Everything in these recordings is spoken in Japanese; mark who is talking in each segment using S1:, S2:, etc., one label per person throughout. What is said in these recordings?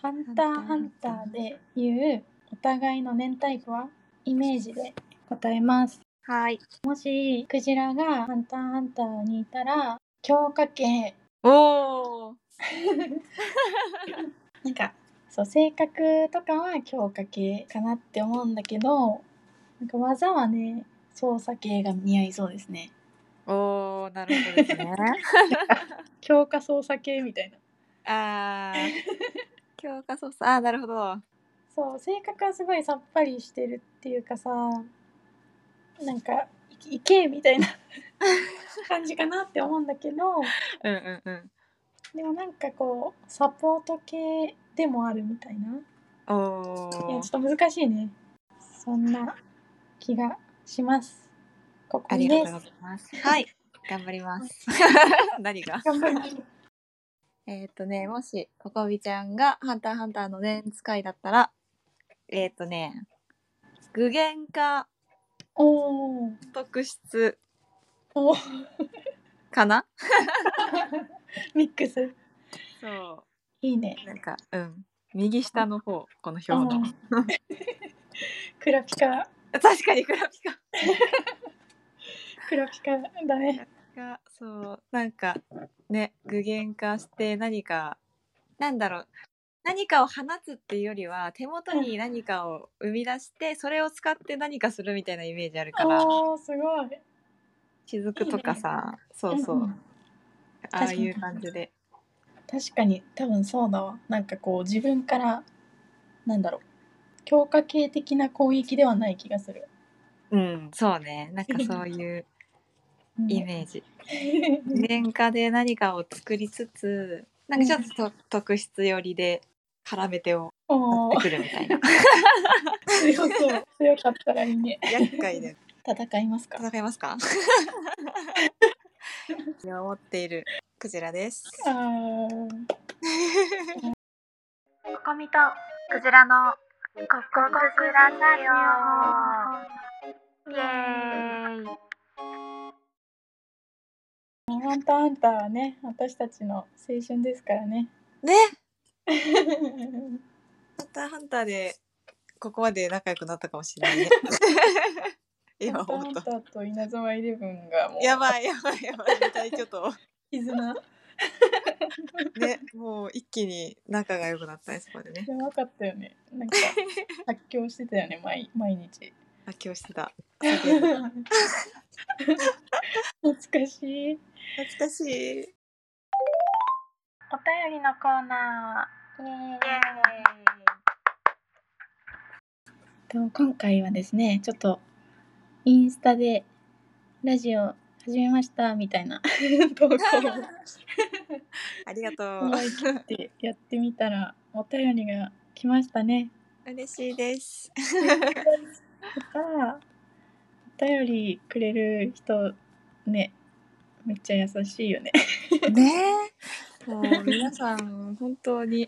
S1: ハンターハンターでいうお互いの年タイプはイメージで答えます。
S2: はい。
S1: もしクジラがハンターハンターにいたら強化系
S2: おお。
S1: なんかそう性格とかは強化系かなって思うんだけどなんか技はね操作系が似合いそうですね。
S2: おお、なるほどです ね。
S1: 強化操作系みたいな。
S2: ああ。強化操作。ああ、なるほど。
S1: そう性格はすごいさっぱりしてるっていうかさなんかいけいけみたいな 感じかなって思うんだけど
S2: うんうんうん。
S1: でもなんかこうサポート系でもあるみたいな
S2: お
S1: いや
S2: お
S1: ち。ょっと難しいねそんな気がしますここ
S2: あ
S1: に
S2: り
S1: で
S2: がとうご
S1: す
S2: ざいます。はい。頑張ります。 何が
S1: 頑張り
S2: えーっとね、もし、ココビちゃんがハンターハンターの年使いだったら、えーっとね、具現化
S1: おー
S2: 特質
S1: おー
S2: かな
S1: ミックス
S2: そ
S1: いいね
S2: う。なんか、うん。右下の方、この表の。
S1: あークラピカ
S2: 確かにグラフィカ
S1: クラピカだね
S2: がそうなんかね具現化して何かなんだろう何かを放つっていうよりは手元に何かを生み出してそれを使って何かするみたいなイメージあるから
S1: おーすごい
S2: 雫とかさそうそう、
S1: うんうん
S2: ああいう感じで
S1: 確かに多分そうだわなんかこう自分からなんだろう強化系的な攻撃ではない気がする、
S2: うんそうねなんかそういう
S1: うん
S2: イメージ具
S1: ね
S2: 現化で何かを作りつつなんかちょっとと特質寄りで絡めてを
S1: お
S2: 持
S1: ー
S2: ってくるみたいな
S1: 強そう強かったらいいね
S2: 厄介で
S1: 戦いますか
S2: 戦いますか 見守っているクジラです
S1: あー
S2: ココミとクジラのココクジラだよイエーイ
S1: ハンターハンターはね私たちの青春ですからね
S2: ねハンターハンターでここまで仲良くなったかもしれない ね
S1: ハ
S2: 今
S1: ンターハ
S2: 思
S1: ン
S2: っ
S1: タ
S2: た
S1: ーと稲妻イレブンがもう
S2: やばいやばいやばいみたいちょっと
S1: 絆
S2: ねもう一気に仲が良くなったねそこでね
S1: やばかったよね なんか発狂してたよね毎毎日
S2: 発狂してた
S1: 懐かしい。
S2: 懐かしい
S1: お便りのコーナー。と今回はですね、ちょっとインスタでラジオ始めましたみたいな投稿を
S2: ありがとう
S1: 思い切ってやってみたらお便りが来ましたね。
S2: 嬉しいです
S1: あお便りくれる人ね、めっちゃ優しいよね。
S2: ねえ。もう皆さん、本当に。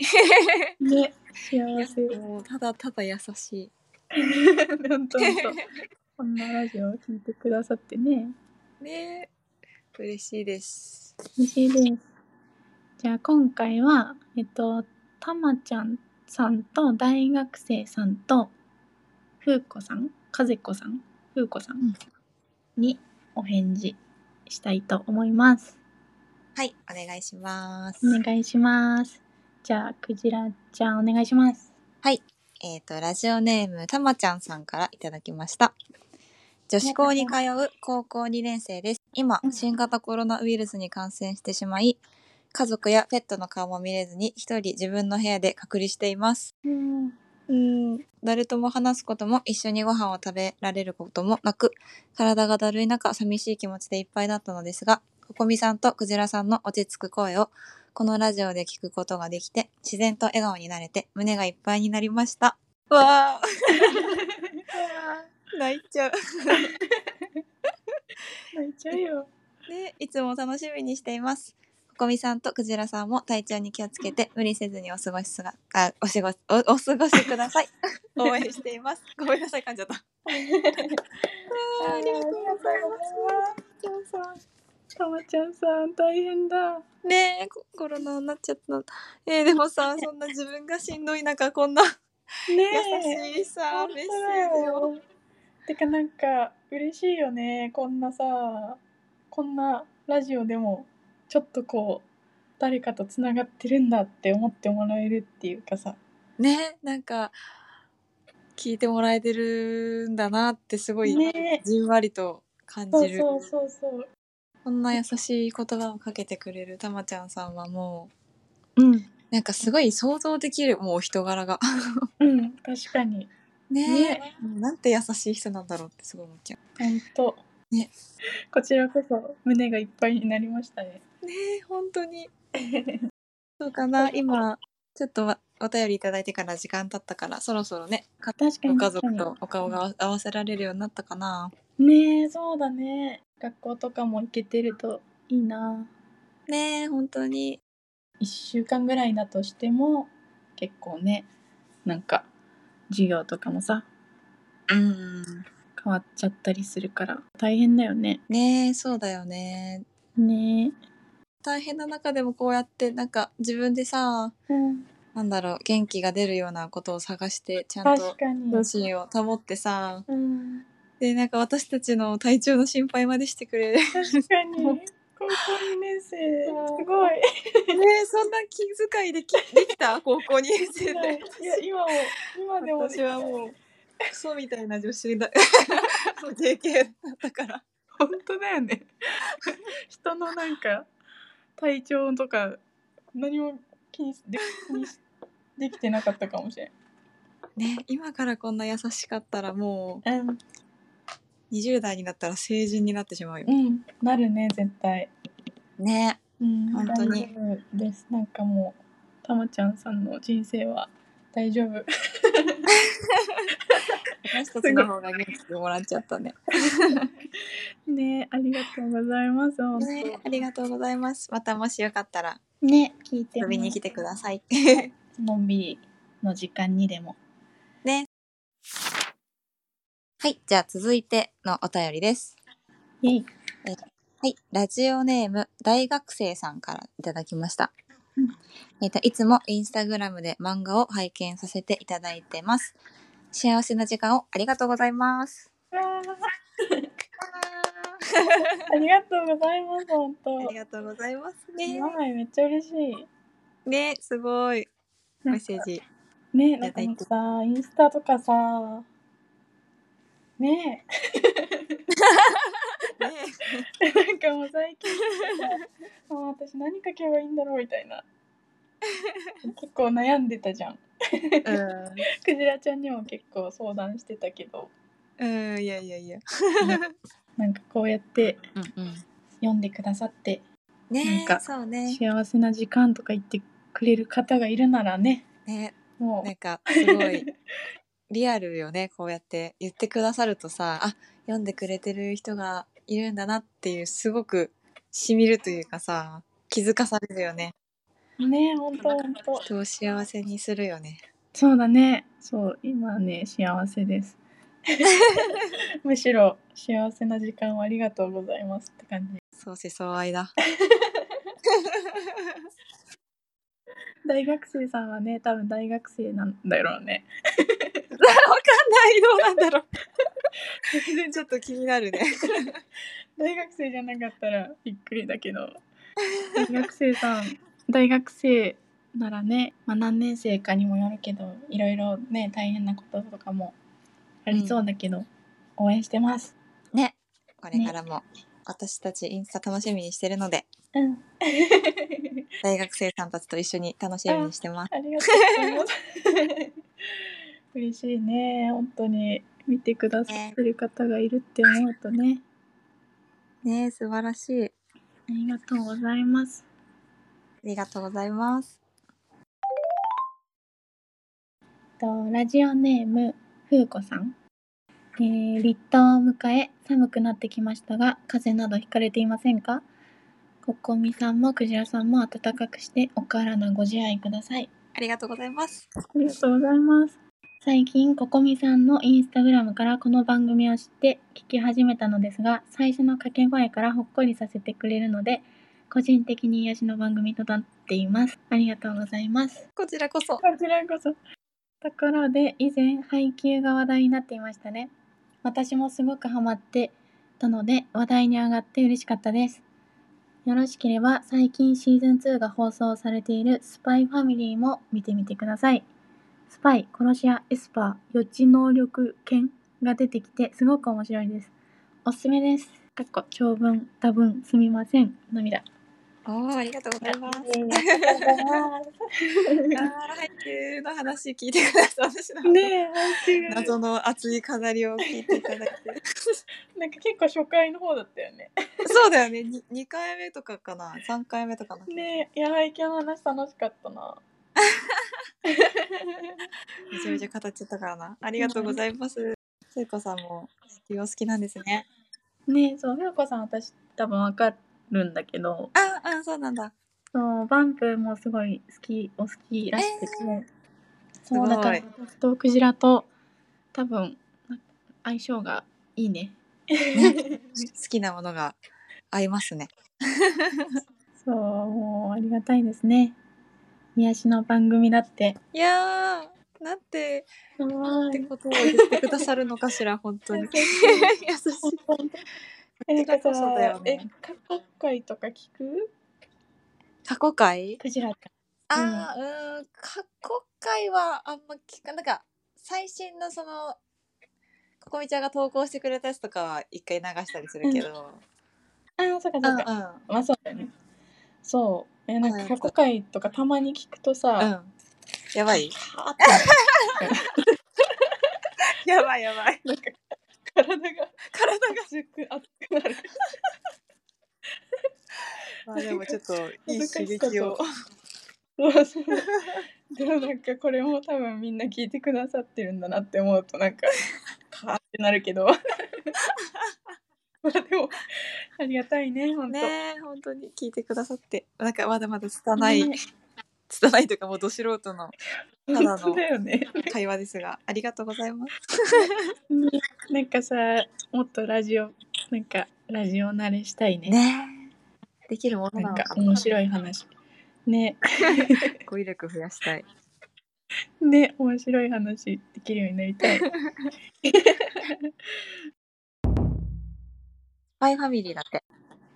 S1: ね、幸せ。
S2: もうただただ優しい。
S1: 本当本当。こんなラジオを聞いてくださってね。
S2: ねえ。嬉しいです。
S1: 嬉しいです。じゃあ今回は、えっと、たまちゃんさんと大学生さんと、ふうこさん、かぜこさん、ふうこさんにお返事したいと思います。
S2: はい、お願いします。
S1: お願いします。じゃあ、クジラちゃんお願いします。
S2: えっ、と、ラジオネーム、たまちゃんさんからいただきました。女子校に通う高校2年生です。今、新型コロナウイルスに感染してしまい、家族やペットの顔も見れずに、一人自分の部屋で隔離しています。
S1: うん。
S2: うん、誰とも話すことも一緒にご飯を食べられることもなく体がだるい中寂しい気持ちでいっぱいだったのですがここみさんとクジラさんの落ち着く声をこのラジオで聞くことができて自然と笑顔になれて胸がいっぱいになりましたわあ 泣いちゃう
S1: 泣いちゃうよ。
S2: ね、いつも楽しみにしています。ここみさんとクジラさんも体調に気をつけて無理せずにお過ごしすがあおしごおお過ごしください。 応援しています。ごめんなさい噛んじゃった。あーありがとうございます。
S1: たまちゃんさん大変だ
S2: ねえココロナになっちゃったえーでもさそんな自分がしんどい中こんな
S1: ねえ
S2: 優しいさメッセ
S1: 本当だ
S2: ージを
S1: よてかなんか嬉しいよねこんなさこんなラジオでもちょっとこう誰かとつながってるんだって思ってもらえるっていうかさ
S2: ねなんか聞いてもらえてるんだなってすごい
S1: ねえ
S2: じんわりと感
S1: そ
S2: じ
S1: う
S2: る、
S1: そうそうそう
S2: こんな優しい言葉をかけてくれるたまちゃんさんはも
S1: うん
S2: うなんかすごい想像できるもうお人柄 が
S1: うん確かに
S2: ねえ
S1: ね
S2: うんなんて優しい人なんだろうってすごい思っちゃ
S1: 本当
S2: ね
S1: こちらこそ胸がいっぱいになりましたね
S2: うねえ本当に そうかな今ちょっとわお便りいただいてから時間経ったからそろそろねか
S1: 確かに
S2: ご家
S1: 確か
S2: 族
S1: に
S2: とお顔が合わせられるようになったかな
S1: ねえそうだね学校とかも行けてるといいな
S2: ねえ本当に
S1: 1週間ぐらいだとしても結構ねなんか授業とかもさ
S2: うん
S1: 変わっちゃったりするから大変だよね
S2: ねえそうだよね
S1: ね
S2: 大変な中でもこうやってなんか自分でさ
S1: え、うん、
S2: なんだろう元気が出るようなことを探してちゃん
S1: 確
S2: と
S1: かに
S2: 精神を保ってさ
S1: うん、
S2: でなんか私たちの体調の心配までしてくれるね
S1: 確かに
S2: もう
S1: 高校2年生
S2: もう
S1: すごい
S2: えそんな気遣いでき できた高校2年生で
S1: いや今も今でも
S2: 私はもうクソみたいな女子 だもう JK だったから
S1: 本当だよね 人のなんか体調とか何も気にしで気にしできてなかったかもしれ
S2: ね今からこんな優しかったらも
S1: んうん
S2: う20代になったら成人になってしまうよ
S1: うんなるね絶対
S2: ね
S1: うん
S2: 本当に
S1: 大丈夫ですなんかもうたまちゃんさんの人生は大丈夫
S2: 私たちの方が元気もらっちゃったね
S1: ねありがとうございます本
S2: ね、ありがとうございます。またもしよかったら
S1: 当ね聞いて
S2: 遊びに来
S1: て
S2: てください。
S1: のんびりの時間にでも
S2: はい、じゃあ続いてのお便りです。
S1: イエイ
S2: はい、ラジオネーム大学生さんからいただきました。
S1: うん
S2: えっ、といつもインスタグラムで漫画を拝見させていただいてます。幸せな時間をありがとうございます。
S1: わーありがとうございます本当
S2: ありがとうございますね。
S1: やばいめっちゃ嬉しい
S2: ね、すごいメッセージ。
S1: ね
S2: い
S1: な
S2: た
S1: ん
S2: だ
S1: か
S2: いて
S1: もうさインスタとかさね
S2: ね、
S1: えなんかもう最近 さもう私何書けばいいんだろうみたいな結構悩んでたじゃん クジラちゃんにも結構相談してたけど
S2: うん、うん、いやいやいや。
S1: なんかこうやって
S2: うんうん。
S1: 読んでくださって
S2: ね、
S1: なんか
S2: そうね。
S1: 幸せな時間とか言ってくれる方がいるならね
S2: ね、
S1: もう、
S2: なんかすごいリアルよねこうやって言ってくださるとさあ読んでくれてる人がいるんだなっていうすごくしみるというかさ気づかされるよね
S1: ねえほんとほんと
S2: 人を幸せにするよね
S1: そうだねそう今ね幸せです むしろ幸せな時間をありがとうございますって感じ
S2: 相思相愛 だ
S1: 大学生さんはね多分大学生なんだろうね
S2: わかんないどうなんだろう全然ちょっと気になるね
S1: 大学生じゃなかったらびっくりだけど大学生さん大学生ならね、まあ、何年生かにもよるけどいろいろね大変なこととかもありそうだけど、応援してます
S2: ねこれからも私たちインスタ楽しみにしてるので
S1: うん ありがと
S2: 大学生さんたちと一緒に楽しみにしてます
S1: うございます 嬉しいね本当に見てくださってる方がいるって思うとね
S2: ね素晴らしい
S1: ありがとうございます
S2: ありがとうございます
S1: えっとラジオネームふうこさん、えー立冬を迎え寒くなってきましたが風邪などひかれていませんかここみさんもくじらさんも暖かくしてお体ご自愛ください
S2: ありがとうございます。
S1: ありがとうございます最近ここみさんのインスタグラムからこの番組を知って聞き始めたのですが最初の掛け声からほっこりさせてくれるので個人的に癒しの番組となっていますありがとうございます
S2: こちらこそ。
S1: こちらこそ。ところで以前配給が話題になっていましたね。私もすごくハマってたので話題に上がって嬉しかったです。よろしければ最近シーズン2が放送されているスパイファミリーも見てみてください。スパイ、殺し屋、エスパー、予知能力犬が出てきてすごく面白いです。おすすめです。かっこ長文、多分すみません。涙。
S2: おーありがとうございます。あー配給の話聞いてください。私の
S1: ねえ、
S2: 謎の熱い飾りを聞いていただい て。
S1: なんか結構初回の方だったよね。
S2: そうだよね。に二回目とかかな、三回目とかな。
S1: ねえ、いや、背景の話楽しかったな。
S2: めちゃめちゃ形だからな。ありがとうございます。聖子さんも美容好きなんですね。
S1: ねえ、そう、ふうこさん、私、多分わかるんだけど。
S2: あ、あ、そうなんだ。
S1: そう、バンプもすごい好き、お好きらしくて。
S2: すご
S1: そう、
S2: い
S1: だから、私とクジラと、多分、相性がいいね。
S2: 好きなものが合いますね。
S1: そう、もう、ありがたいですね。癒しの番組だって。
S2: いやー、なんて、
S1: す
S2: な
S1: ご
S2: んて
S1: い。
S2: ことを言ってくださるのかしら、本 当に。 優しい。
S1: え、なんか
S2: こちらこそだよ
S1: さ、え
S2: ね、
S1: 過去回とか聞く
S2: 過去回
S1: クジラ
S2: あー、うーん、過去回はあんま聞かなんか、最新のその、ここみちゃんが投稿してくれたやつとかは一回流したりするけど。
S1: ああ、そうかそ
S2: うん
S1: う
S2: うん。
S1: か。まあそうだよね。そう。え、なん
S2: う
S1: か
S2: ん
S1: 過去回とかたまに聞くと
S2: う
S1: さ、
S2: ん。やばい
S1: はーって
S2: やばいやばい。
S1: なんか体が
S2: 体が。
S1: 熱く熱くなる。
S2: まあでもちょっといい
S1: 恥ず
S2: 刺
S1: かしかった
S2: 激を。
S1: そうそう。でもなんかこれも多分みんな聞いてくださってるんだなって思うとなんか、はーってなるけど。 まあでも、ありがたいね、本当。
S2: ねえ本当に聞いてくださって。なんかまだまだ拙い、
S1: ね
S2: 拙いというかもうど素人のただの
S1: 本当だよね。
S2: 会話ですが、ありがとうございます。
S1: なんかさ、もっとラジオ、なんかラジオ慣れしたいね。
S2: ねえできるもの
S1: な
S2: なんの
S1: か
S2: か
S1: 面白い話。ね、
S2: 語彙力増やしたい。
S1: ね、面白い話できるようになり たい。
S2: ファイファミリーだって。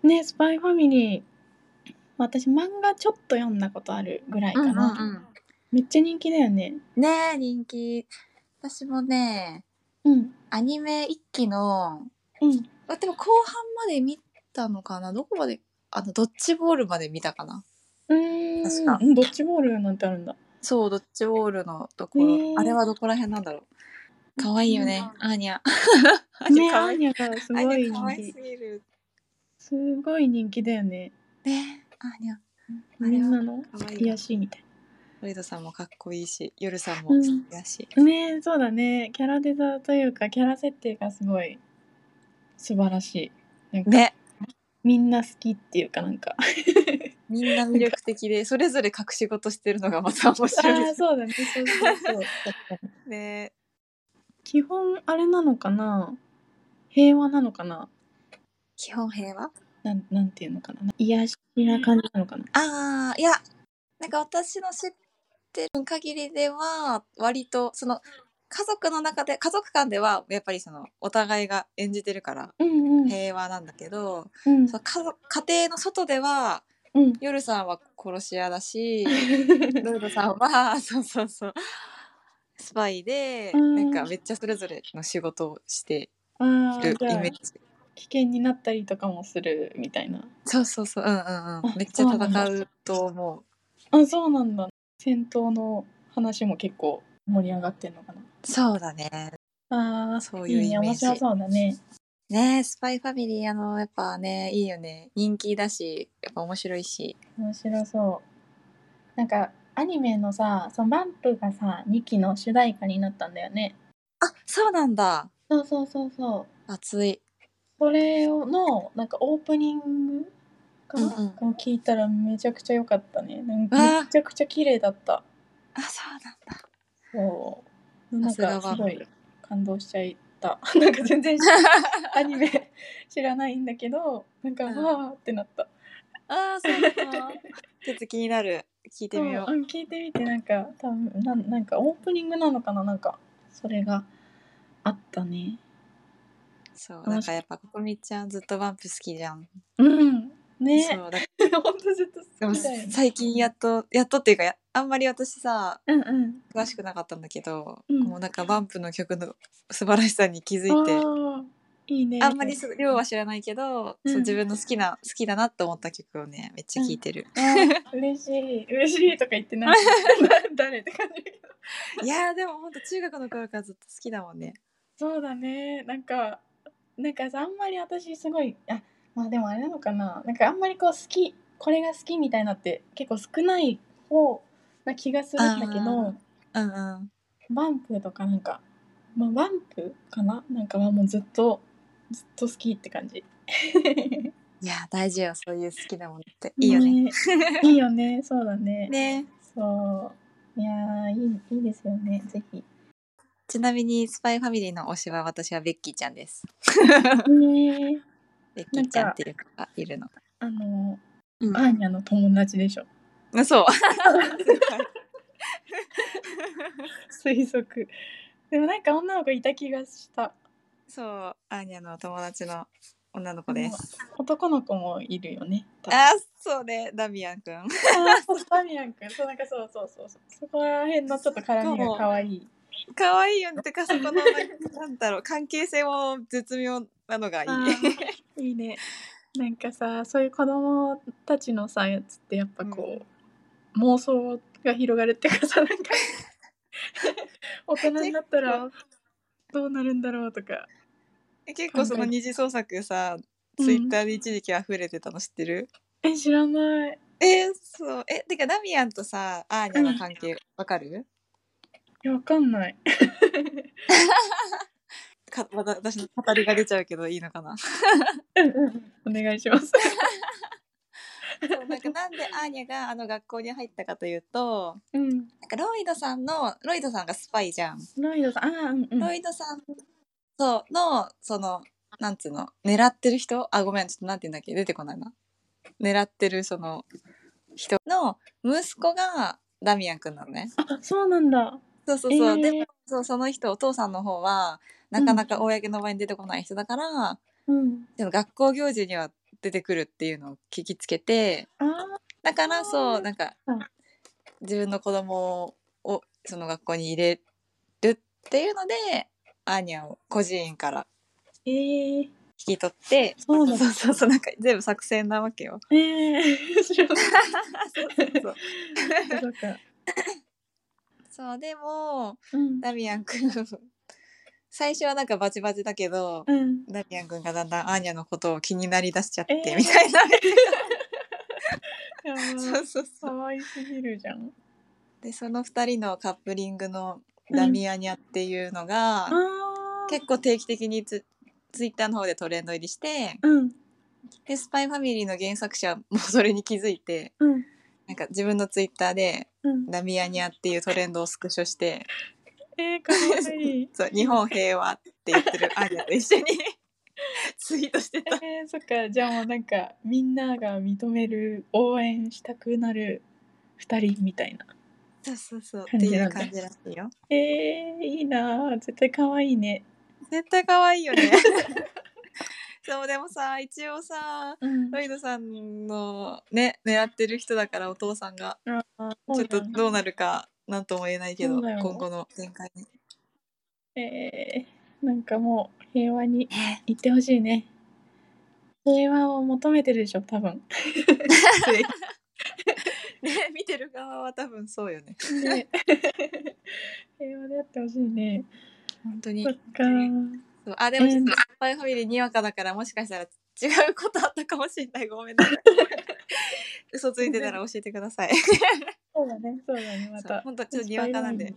S1: ね、スパイファミリー。私漫画ちょっと読んだことあるぐらいかな。めっちゃ人気だよね。
S2: ねえ人気。私もね、
S1: うん。
S2: アニメ一期の、
S1: うん。
S2: あでも後半まで見たのかなどこまで、あの、ドッジボールまで見たかな
S1: うーん。
S2: 確か
S1: うんドッジボールなんてあるんだ。
S2: そう、ドッジボールのところ、
S1: ねえ
S2: あれはどこら辺なんだろう。かわいいよね、アーニャ。ア
S1: ね、
S2: か
S1: ア
S2: わ
S1: ー
S2: いい
S1: ニャがす
S2: ア
S1: ご
S2: ーニ
S1: い
S2: ャかわい
S1: 人
S2: す
S1: 気。
S2: ぎる。
S1: すごい人気だよね。
S2: ねえ、アーニャ。あ
S1: み
S2: れ
S1: んな
S2: は
S1: の
S2: かわいい
S1: 癒
S2: な。
S1: しみたい
S2: ロイドさんもかっこいいし、ヨルさんも
S1: うん
S2: 好きだし。
S1: な。ね、そうだね。キャラデザというか、キャラ設定がすごい素晴らしい。なんか、
S2: ね、
S1: みんな好きっていうかなん か。
S2: みんな魅力的で、それぞれ隠し事してるのがまた面白い
S1: あ
S2: で
S1: あ
S2: す
S1: そうだねそうそうそう
S2: ね。
S1: 基本あれなのかな平和なのかな
S2: 基本平和
S1: なんなんていうのかな癒しな感じなのかな
S2: ああ、いや、なんか私の知ってる限りでは、割と、その、家族の中で、家族間では、やっぱりその、お互いが演じてるから、
S1: うんうん
S2: 平和なんだけど、
S1: うん
S2: そう家族家庭の外では
S1: うん
S2: ヨルさんは殺し屋だ しロイドさんはそうそうそうスパイで
S1: うん
S2: なんかめっちゃそれぞれの仕事をして
S1: ああ
S2: る
S1: じ
S2: イ
S1: ゃあ
S2: メージ
S1: 危険になったりとかもするみたいな
S2: そうそうそううんうんうんめっちゃ
S1: そうなんだ
S2: 戦うと思う
S1: あそうなんだ戦闘の話も結構盛り上がってんのかな
S2: そうだね
S1: ああ
S2: そういう
S1: い
S2: イ
S1: ね
S2: メー
S1: 面
S2: ジ
S1: 白そうだね
S2: ねえスパイファミリーあのやっぱねいいよね人気だしやっぱ面白いし
S1: 面白そうなんかアニメのさそのバンプがさ2期の主題歌になったんだよね
S2: あそうなんだ
S1: そうそうそうそう
S2: 熱い
S1: それをのなんかオープニングかな、
S2: うん
S1: を聞いたらめちゃくちゃ良かったねなんか
S2: わあ
S1: めちゃくちゃ綺麗だった
S2: あそうなんだ
S1: そうな
S2: さ
S1: ん
S2: すが
S1: か
S2: は
S1: すごい感動しちゃった。 なんか全 然アニメ 知らないんだけど、なんか
S2: う
S1: わ
S2: ん
S1: ーってなった。
S2: ああ、そうか。 ちょっと気になる。聞いてみよ
S1: うん、聞いてみてなんか多分なんなんかオープニングなのかななんかそれがあったね。
S2: う。そう、なんかやっぱ、ここみちゃんずっとワンプ好きじゃん。
S1: うん。ね。
S2: そう、だ
S1: 本当ずっと
S2: で
S1: 好
S2: も
S1: きだよね。
S2: 最近やっと、やっとっていうか、やあんまり私さ、
S1: うんうん。
S2: 詳しくなかったんだけど、
S1: うん
S2: もうなんかバンプの曲の素晴らしさに気づいて、
S1: ああいいね。
S2: あんまりそう量は知らないけど、
S1: うん
S2: そう自分の好きな好きだなと思った曲をねめっちゃ聴いてる、
S1: あー嬉しい嬉しいとか言ってない。 誰って感じ。
S2: いやーでもほんと中学の頃からずっと好きだもんね
S1: そうだねなんかなんかさあんまり私すごいあまあでもあれなのかななんかあんまりこう好きこれが好きみたいなって結構少ない方な気がするんだけ
S2: あ
S1: ど
S2: うんうん
S1: バンプとかなんか、まあ、バンプかななんかはもうずっとずっと好きって感 じ
S2: いやー大事よそういう好きなものっていいよ ね
S1: いいよねそうだね
S2: ね
S1: そういやーいいいいですよねぜ ひ
S2: ちなみにスパイファミリーの推しは私はベッキーちゃんです
S1: ね
S2: ベッキーちゃんっていう子がいるの
S1: あの、
S2: うん
S1: アーニャの友達でしょ
S2: うんそう
S1: 推測でもなんか女の子いた気がした
S2: そうアーニャの友達の女の子です
S1: 男の子もいるよね
S2: あーそうねダミアンくん
S1: あそうファミアン君そうなんかそうそうそうそうそこら辺のちょっと絡みが可愛い
S2: 可愛いよねてかそこのなんだろう関係性も絶妙なのがいい
S1: あーいいねなんかさそういう子供たちのさやつってやっぱこう、妄想が広がるっていうかさなんか 大人になったらどうなるんだろうとか
S2: 結構その二次創作さ
S1: うん
S2: ツイッターで一時期溢れてたの知ってる、
S1: え知らない
S2: えーそうえてかダミアンとさアーニャの関係わかる、
S1: いやわかんない
S2: かわた私の語りが出ちゃうけどいいのかな
S1: うんうんうんお願いします
S2: そう なんかなんでアーニャがあの学校に入ったかというと
S1: うん
S2: なんかロイドさんのロイドさんがスパイじゃん、
S1: ロイドさんあーうんうん
S2: ロイドさんそうのそのなんつうの狙ってる人あごめんちょっとなんて言うんだっけ出てこないな狙ってるその人の息子がダミアンくんなのね
S1: あそうなんだ
S2: そうそうそう、
S1: えー
S2: でもそうその人お父さんの方はなかなか公の場に出てこない人だから、
S1: うん
S2: でも学校行事には出てくるっていうのを聞きつけて
S1: あー
S2: だからそ
S1: あ
S2: う
S1: ー
S2: なんか
S1: うん
S2: 自分の子供をその学校に入れるっていうのでアーニャを孤児院から
S1: えー、
S2: 引き取って
S1: そうなんだ
S2: そうそうそうなんか全部作戦なわけよ。
S1: えー、知らない
S2: そう
S1: そうか
S2: そうでも
S1: うん
S2: ダミアンくん最初はなんかバチバチだけど、
S1: うん
S2: ダミアンくんがだんだんアーニャのことを気になりだしちゃって、
S1: えー
S2: みたいな。
S1: いやもう
S2: そうそうそう。
S1: 可愛すぎるじゃん
S2: でその二人のカップリングのダミアニャっていうのが、
S1: あ
S2: 結構定期的にツツイッターの方でトレンド入りして
S1: 構うん
S2: でスパイファミリーの原作者 もそれに気づいて
S1: うん
S2: なんか自分のツイッターで
S1: うん
S2: ダミアニャっていうトレンドをスクショして
S1: えー、可愛い
S2: そう日本平和って言って るアーニャと一緒にツイートしてた。
S1: えー、そっかじゃあもうなんかみんなが認める応援したくなる二人みたいな
S2: そうそうそうって
S1: 感じ
S2: い
S1: な
S2: うん
S1: だ
S2: 感じらしいよ。
S1: えー、いいなー絶対可愛いね
S2: 絶対可愛いよね。 そうでもさ一応さ
S1: うん
S2: ロイドさんのね狙ってる人だからお父さんがちょっとどうなるかなんとも言えないけ
S1: そ
S2: ど
S1: うだよ
S2: 今後の展開に。
S1: えー、なんかもう平和に行ってほしいね平和を求めてるでしょ多分
S2: ね見てる側は多分そうよね。
S1: ね平和であってほしいね
S2: 本当に
S1: そっ。かー
S2: そうあでも
S1: え
S2: ちょっ
S1: ー
S2: とスパイファミリーにわかだからもしかしたら違うことあったかもしれないごめんなさい。 嘘ついてたら教えてください。
S1: そうだねそうだねま
S2: そう
S1: た
S2: 本当ちょっとにわかなんで。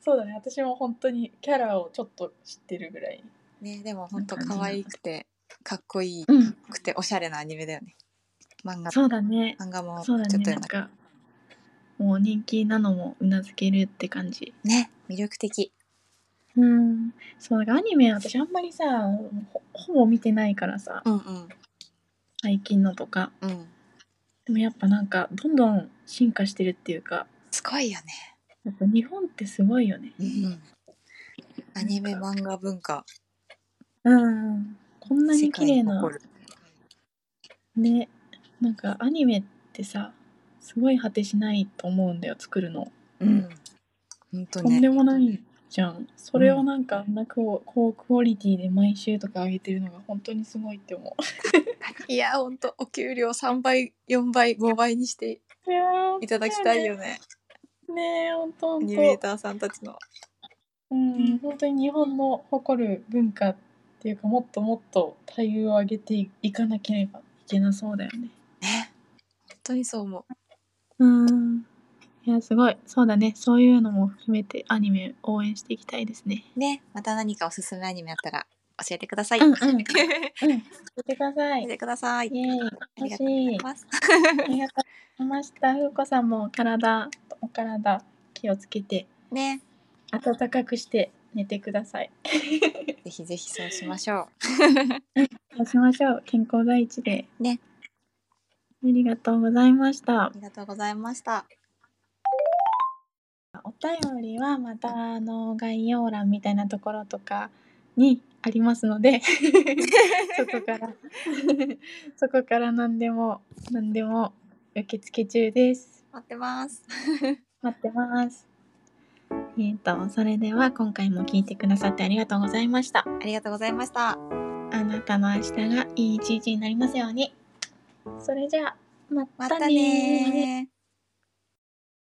S1: そうだね私も本当にキャラをちょっと知ってるぐらい
S2: ねでも本当可愛くてかっこいい
S1: うん
S2: くておしゃれなアニメだよね。漫画
S1: そうだね
S2: 漫画もち
S1: そ
S2: ょ
S1: う
S2: っ
S1: だ
S2: と
S1: ね
S2: 読
S1: なんん
S2: だけど
S1: かもう人気なのもうなずけるって感じ
S2: ね、魅力的。
S1: うんそうだからアニメ私あんまりさほほぼ見てないからさ
S2: うんうん。
S1: 最近のとか
S2: うん。
S1: でもやっぱなんかどんどん進化してるっていうか
S2: すごいよね。
S1: やっぱ日本ってすごいよね
S2: うん。アニメ漫画文化。
S1: うんこんなに綺麗な
S2: 世界に誇る
S1: ねなんかアニメってさすごい果てしないと思うんだよ作るの、
S2: うん。本当
S1: とんで
S2: ね。
S1: もないじゃんそれをなんかあんなクオ高クオリティで毎週とか上げてるのが本当にすごいって思
S2: いや、本当お給料3倍、4倍、5倍にして
S1: ういや
S2: いただきたいよね。
S1: ねえ本当
S2: ア
S1: 本
S2: ニメー
S1: 当
S2: ターさんたちの。
S1: うん本当に日本の誇る文化っていうかもっともっと待遇を上げていかなければいけなそうだよね
S2: ね。本当にそう思う。
S1: うんいやすごいそうだねそういうのも含めてアニメ応援していきたいですね
S2: ね、また何かおすすめアニメあったら教えてください。
S1: うんうん
S2: 教え
S1: うん、見てください。
S2: てください。
S1: イエーイ、
S2: あ
S1: 楽
S2: りが
S1: し
S2: とうござ
S1: い
S2: い。 ます。
S1: ありがとうございました。ふうこさんも体、お体気をつけて、
S2: ね。
S1: 暖かくして寝てください。
S2: ぜひぜひそうしましょ
S1: そうしましょう。健康第一で。
S2: ね。
S1: ありがとうございました
S2: う。あ。りがとうございました。
S1: お便りはまたあの概要欄みたいなところとかにありますの でそこから そこから何でも何でも受付中です。
S2: 待ってます。
S1: 待ってます。えっ、と、それでは今回も聞いてくださってありがとうございました。
S2: ありがとうございました。
S1: あなたの明日がいい一日になりますように。それじゃあ、ま
S2: ま
S1: た
S2: た
S1: ねー
S2: ねー。